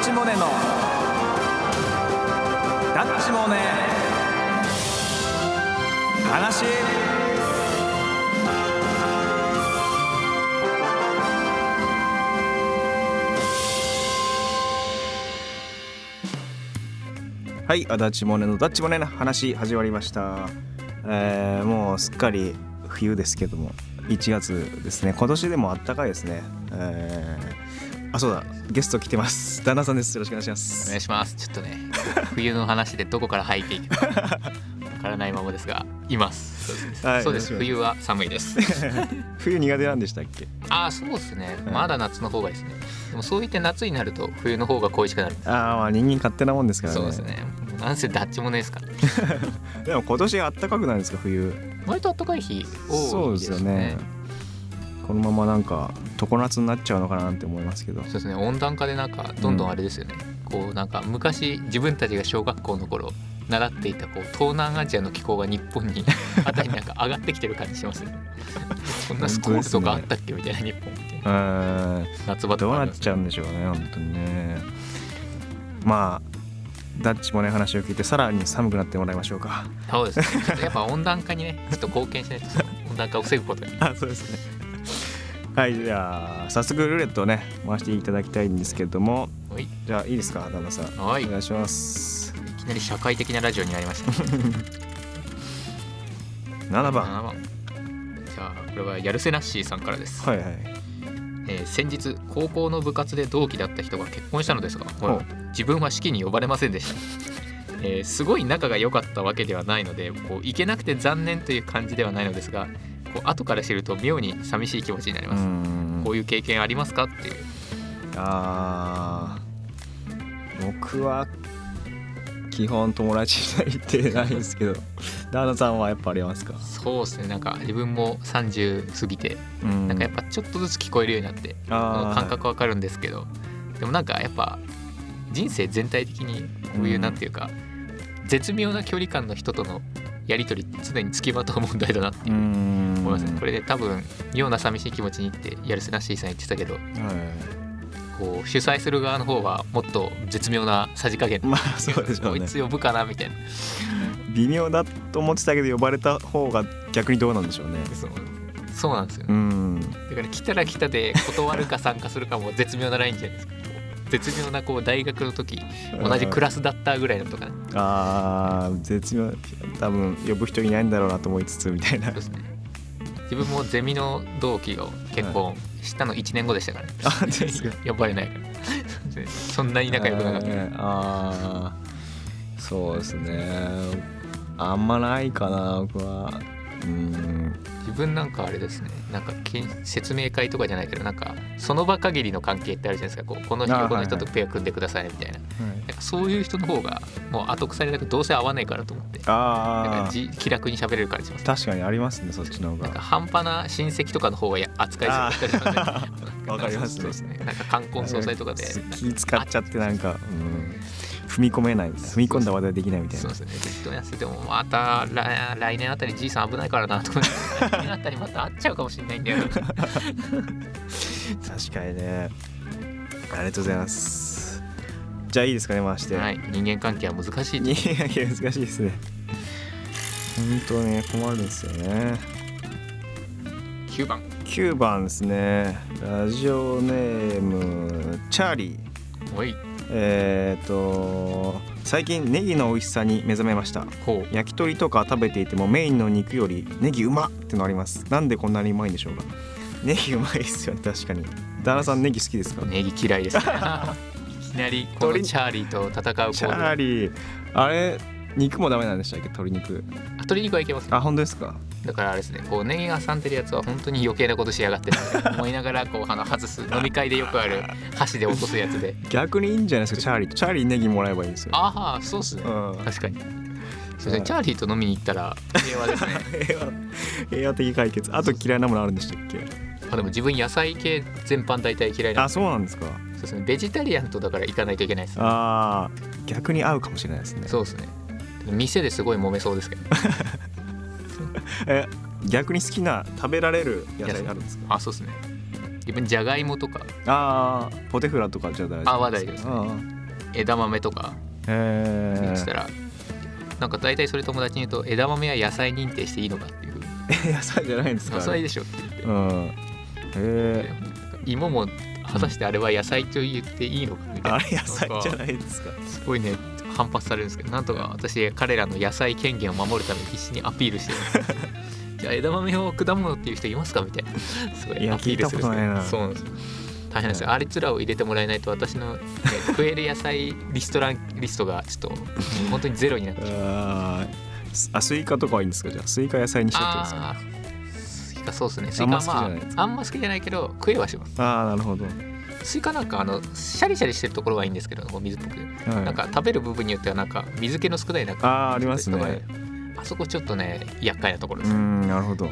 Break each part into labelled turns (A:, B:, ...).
A: チモネのダッチモネ話はい足立モネのダッチモネの話始まりました、えーもうすっかり冬ですけども1月ですね今年でも暖かいですね、えーあそうだゲスト来てます旦那さんですよろしくお願いしま
B: お
A: す
B: 願いしますちょっとね冬の話でどこから入っていいかわからないままですがいますそうです,、
A: はい
B: そうです
A: よろし
B: 冬は寒いです
A: 冬苦手なんでしたっけ
B: ああそうですね
A: うん
B: まだ夏の方がいいですねでもそう言って夏になると冬の方が恋しくなる
A: ああまあ人間勝手なもんですからね
B: そうですねなんせダッチもねですから
A: でも今年暖かくないですか冬
B: 割と暖かい日
A: そ
B: 多
A: う
B: い
A: で
B: ですすね
A: よねこのままなんか常夏になっちゃうのかなって思いますけど
B: そうですね温暖化でなんかどんどんあれですよね、こうなんか昔自分たちが小学校の頃習っていたこう東南アジアの気候が日本にあたりなんか上がってきてる感じ しますねそんなスコールとかあったっけみたいな日本みたいうな
A: ーん
B: 夏場
A: ど
B: と
A: う
B: かあ
A: な
B: り
A: っ
B: ます
A: ちゃうんでしょうね本当にねまあダッチもね話を聞いてさらに寒くなってもらいましょうか
B: そうですねちょっとやっぱ温暖化にねちょっと貢献しないとその温暖化を防ぐことに
A: あそうですねはいじゃあ早速ルーレットをね回していただきたいんですけども
B: おい
A: じゃあいいですか旦那さん
B: はいい
A: お願いします
B: きなり社会的なラジオになりましたね
A: 7番
B: 7番じゃあこれはやるせなっしーさんからです、
A: はいはい
B: えー先日高校の部活で同期だった人が結婚したのですが
A: ほう
B: 自分は式に呼ばれませんでした、えーすごい仲が良かったわけではないのでこう行けなくて残念という感じではないのですがこう後から知ると妙に寂しい気持ちになり
A: うー
B: ます、
A: ん
B: こういう経験ありますかっていう
A: あー僕は基本友達いないってないんです けど旦那さんはやっぱありますか、
B: そうですねなんか自分も30過ぎて
A: うん
B: なんかやっぱちょっとずつ聞こえるようになって、こ
A: あ
B: の
A: ー
B: 感覚わかるんですけどでもなんかやっぱ人生全体的にこういううんなんていうか、絶妙な距離感の人とのやり取り常につきまとう問題だなっていうう
A: ーん
B: 思いますねこれで多分妙な寂しい気持ちにってやるせなしいさん言ってたけど
A: は
B: こう主催する側の方はもっと絶妙なさじ加減
A: い、まあそうでしょう
B: こ
A: ね
B: いつ呼ぶかなみたいな
A: 微妙だと思ってたけど呼ばれた方が逆にどうなんでしょうね
B: そうそうなんですよ
A: う
B: ね
A: ん
B: だから来たら来たで断るか参加するかも絶妙なラインじゃないですかこう絶妙なこう大学の時同じク
A: ラ
B: ラスだったぐらいのとかね
A: あー絶妙多分呼ぶ人いないんだろうなと思いつつみたいな
B: そうですね自分もゼミの同期が結婚したの1年後でしたからね
A: あですか
B: 呼ばれないから そんなに仲良くなかった
A: えーあーそうですねあんまないかな僕はうん
B: 自分なんかあれですねなんかけん説明会とかじゃないけどなんかその場限りの関係ってあるじゃないですかこうこの人
A: あー
B: この人
A: はい
B: と
A: は
B: ペア組んでくださいみたいな,、なんかそういう人の方がもう後腐れなくどうせ合わないからと思ってなん
A: あ
B: か
A: ー
B: じ気楽に喋れる感じします
A: 確かにありますねそっちの方
B: なんか
A: が
B: 半端な親戚とかの方がや扱いするだったりしますね
A: わかりますね
B: そうですねなんか冠婚葬祭とかで
A: なん気使っちゃってなんか、うん、踏み込めない踏み込んだ話題できないみたい
B: そう
A: な
B: ですねずっとやっててもまた来来年あたりじいさん危ないからなとか来年あたりまた会っちゃうかもしれないんだよな
A: 確かにねありがとうございますじゃあいいですかね回して、
B: はい、人間関係は難しい
A: いやいや難しいですね本当ね困るんですよね
B: 9番
A: 9番ですねラジオネームチャーリー
B: おい
A: えー、と最近ネギの美味しさに目覚めました
B: ほ
A: 焼き鳥とか食べていてもメインの肉よりネギうまっってのありますなんでこんなにうまいんでしょうかネギうまいっすよね確かに旦那さんネギ好きですか
B: うネギ嫌いです ねいきなりこのチャーリーと戦う
A: チ
B: 行
A: ャー
B: 動
A: リーあれ肉もダメなんでしたっけ鶏肉
B: 鶏肉はいけます
A: あ本当ですか
B: だからあれですねこうネギが挟んでるやつは本当に余計なことしやがってる思いながらこう鼻外す飲み会でよくあ る箸で落とすやつで
A: 逆にいいんじゃないですかチャーリーチャーリーネギもらえばいいんですよ
B: ああそうっすね
A: うん
B: 確かにそれでチャーリーと飲みに行ったら平和です ね
A: 平和平和的解決あと嫌いなものあるんでしたっけ
B: あでも自分野菜系全般大体嫌いなん
A: あ
B: で
A: そうなんですか
B: そうですねベジタリアンとだから行かないといけないですね
A: あー逆に合うかもしれないですね
B: そうですね店ですごい揉めそうですけど
A: え逆に好きな食べられる野菜あるんですか
B: あそうですね自分じゃがいもとか
A: ああポテフラとかじゃ大丈夫
B: あは大丈夫ですね
A: あー
B: 枝豆とか
A: え
B: 言ってた
A: ー、
B: ら、なんか大体それ友達に言うと枝豆は野菜認定していいのかっていう
A: 野菜じゃないんですか
B: 野菜
A: で
B: でしょって言って
A: うんえ
B: 芋も果たしてあれは野菜と言っていいのかみ
A: ー、
B: たい
A: あ
B: な
A: れ野菜じゃ
B: ん
A: な
B: か
A: いですか
B: すごいね反発されるんですけどなんとか私彼らの野菜権限を守るために必死にアピー ルしてるんですけどじゃあ枝豆を果物っていう人いますかみたいなすご
A: い
B: い
A: や
B: アピールする
A: 聞いた
B: んですけど
A: ことないな
B: そうなんですよ大変ですよあれつらを入れてもらえないと私のね、食える野菜リストランリストがちょっと本当にゼロになって
A: あーすあスイカとかはいいんですかじゃあスイカ野菜にしちゃってるんですか
B: あースイカそうですねスイ
A: あん
B: カ
A: ま好きじゃ
B: は
A: ない
B: まああんま好きじゃないけど食えはします
A: ああーなるほど、は
B: スイカなんかあのシャリシャリしてるところはいいんですけどこう水っぽくて
A: い、
B: なんか食べる部分によってはなんか水気の少ないなんか
A: ああーあります
B: とかね
A: ね
B: あそこちょっとね厄介なところ
A: う
B: です、
A: んなるほど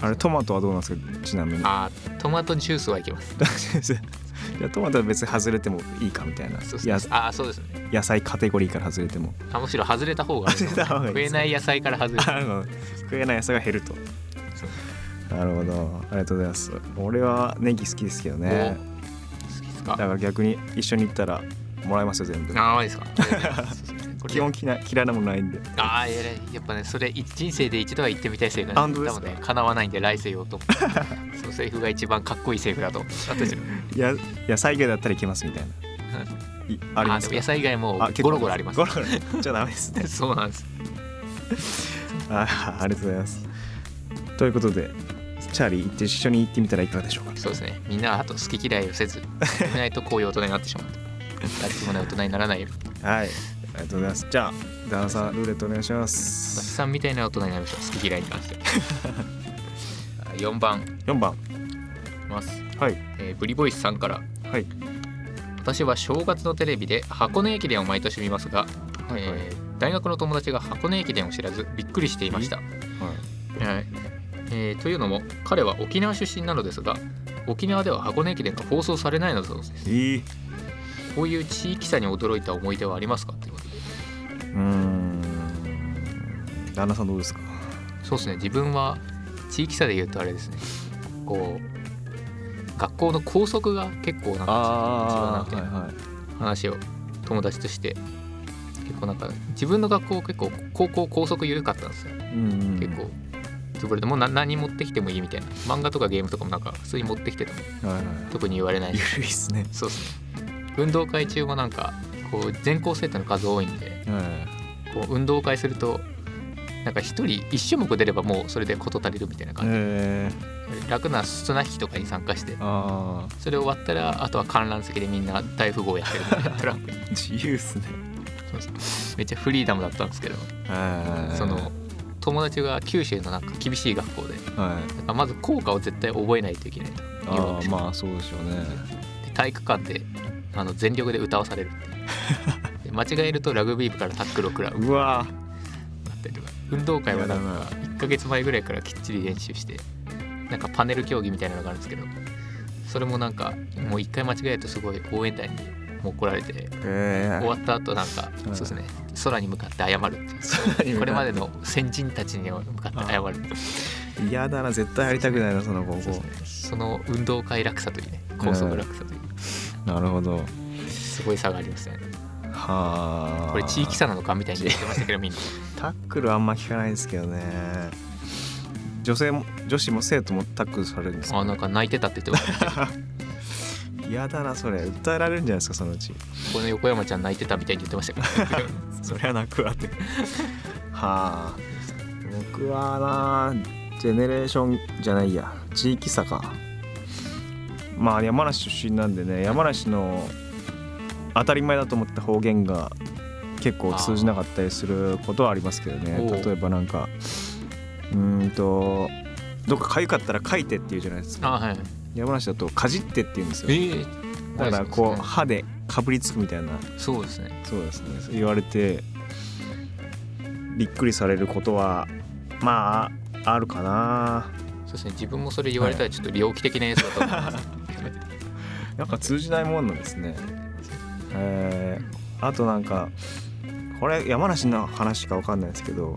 A: あれトマトはどうなんですかちなみに
B: あートマトジュースはいけ ます
A: いやトマトは別に外れてもいいかみたいな
B: そう
A: や
B: ですねあーそうですね
A: 野菜カテゴリーから外れても
B: あむしろ外れた方がいい
A: 外れた方がいい
B: 食えない野菜から外れ る
A: あの食えない野菜が減ると
B: そう
A: なるほどありがとうございます俺はネギ好きですけどね
B: 好きです
A: だか
B: から
A: 逆に一緒に行ったらもらいますよ全部
B: ああい いですかこれ
A: 基本嫌い嫌いなものないんで
B: ああややっぱねそれい人生で一度は行ってみたい政府
A: あ
B: なん
A: 本当
B: で
A: で
B: 多
A: すか
B: 分ね叶わないんで来世ようと思って その政府が一番かっこいい政府だと私
A: いや野菜以外だったらいけますみたいないありま
B: ーですも
A: か
B: 野菜以外も
A: 結構
B: ゴロゴロあります
A: ゴロゴロじゃダメですね
B: そうなんです
A: あーありがとうございますということでチャーリー行って一緒に行ってみたらいかがでしょうか
B: そうですねみんなあと好き嫌いをせず止めないとこういう大人になってしまうと大丈夫な大人にならないよ
A: はいありがとうございますじゃあ旦那さんルーレットお願いします
B: 私さんみたいな大人になりましょう好き嫌いに 関してあ4番い
A: 4番
B: きます、
A: はい
B: えーブリボイスさんから
A: はい
B: 私は正月のテレビで箱根駅伝を毎年見ますが、
A: はいはい
B: えー大学の友達が箱根駅伝を知らずびっくりしていました、はいえーというのも彼は沖縄出身なのですが沖縄では箱根駅伝が放送されないのだそうです
A: いいう
B: こういう地域差に驚いた思い出はありますかということで
A: ーん旦那さんどうですか
B: そうですね自分は地域差で言うとあれですねこう学校の校則が結構なんか違うなみたいな
A: はい
B: 話を友達として結構なんか自分の学校結構高校校則緩かったんですよ
A: うん
B: 結構潰れてもうな何持ってきてもいいみたいな漫画とかゲームとかもなんか普通に持ってきてても
A: 構はいは
B: 特に言われない
A: いゆるいっすね
B: そうですね運動会中もなんかこう全校生徒の数多いんで
A: はい
B: こう運動会するとなんか1人1種目出ればもうそれで事足りるみたいな感じ、
A: え
B: 楽な綱引きとかに参加して
A: ー、あ
B: それ終わったらあとは観覧席でみんな大富豪やってるみたいなトランプに
A: ー自由っすね
B: めっちゃフリーダムだったんですけど
A: はい
B: その友達が九州のなんか厳しい学校で
A: はい
B: なんかまず効果を絶対覚えないといけないと
A: あ
B: いう
A: ーまあそうでしょうね
B: で体育館であの全力で歌わされる っていうで間違えるとラグビー部からタックルを食らう
A: うわ
B: なったりとか運動会はなん
A: やだな
B: か1ヶ月前ぐらいからきっちり練習してなんかパネル競技みたいなのがあるんですけどそれもなんかもう1回間違えるとすごい応援団にもう怒られて
A: え
B: 終わった後なんか
A: う
B: そ
A: ん
B: うですね空に向かって謝るっていう
A: に向かって
B: これまでの先人たちに向かって謝るっていう
A: ー、嫌だな絶対やりたくないなその高
B: そうです
A: 校
B: ねその運動会落差というね高速落差という
A: なるほど
B: すごい差がありますね
A: はあ
B: これ地域差なのかみたいに言ってましたけどみん な
A: タックルあんま聞かないですけどね女性も女子も生徒もタックルされるんです
B: あ
A: か
B: なんか泣いてたって言ってました
A: 嫌だなそれ訴えられるんじゃないですかそのうち
B: この横山ちゃん泣いてたみたいに言ってま したけど
A: そりゃ泣くわって はあ僕はなジェネレーションじゃないや地域差かまあ山梨出身なんでね山梨の当たり前だと思った方言が結構通じなかったりすることはありますけど
B: あーお
A: ね
B: う
A: 例えばなんかうーんとどっかかゆかったら「かいて」っていうじゃないですか
B: あはい
A: 山梨だと「かじって」って言うんですよ
B: ええ
A: だからこう歯でかぶりつくみたいな
B: そうですね
A: そうですねそう言われてびっくりされることはまああるかな
B: そうですね自分もそれ言われたらちょっと猟奇的なやつだと思います、
A: なんか通じないもんなんですねえーあとなんかこれ山梨の話しかわかんないですけど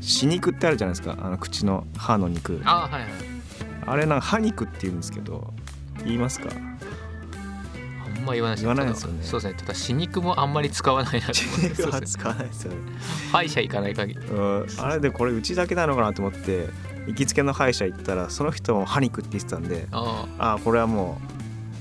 A: 死肉ってあるじゃないですかあの口の歯の肉
B: あはいはい
A: あれなんか歯肉って言うんですけど言いますか
B: あんま言わないです
A: 言わないですよね
B: ただそうですねただ死肉もあんまり使わないな と思ってそう
A: は
B: ですね
A: 使わないですよね、
B: 歯医者行かない限り
A: うん、あれでこれうちだけなのかなと思って行きつけの歯医者行ったらその人も歯肉って言ってたんで
B: あ
A: ああこれはも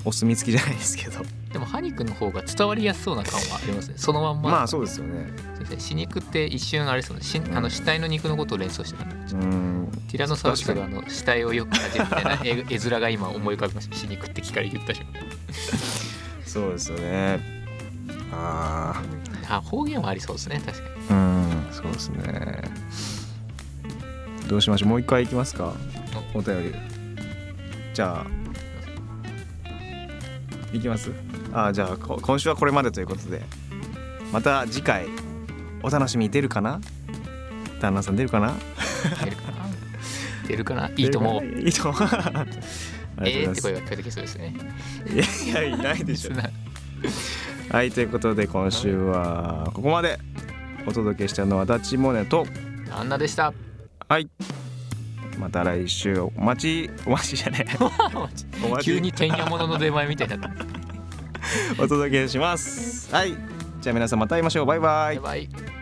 A: うお墨付きじゃないですけど
B: あでも歯肉の方が伝わりやすそうな感はありますねそのまんま、
A: まあそうですよね
B: そうですね死肉って一瞬あれですよね死あの死体の肉のことを連想してた
A: うん
B: ティラノサウルスがあの死体をよく味みたいな絵絵面が今思い浮かびました死肉って聞かれ言ったじゃん
A: そうですよねあ
B: あ方言はありそうですね確かに
A: あうんそうですねどうしましょうもう一回行きますかお便りじゃあ行きますあーじゃあこ今週はこれまでということでまた次回お楽しみ出るかな旦那さん出るかな
B: 出るかな出るかないいと思う
A: 出るかないいと思う あり
B: えー
A: が
B: って
A: とうござい
B: 声が聞こえてきそうですね
A: ますいやいやいないで
B: リ
A: し
B: ス
A: ょ
B: ナー
A: はいということで今週はここまでお届けしたのはダチモネと
B: あんなでした
A: はいまた来週お待ち お待ちじゃ ねえ お待ち
B: 急にてんやものの出前みたいになった
A: お届けしますはいじゃあ皆さんまた会いましょうバイバイ
B: バイバイ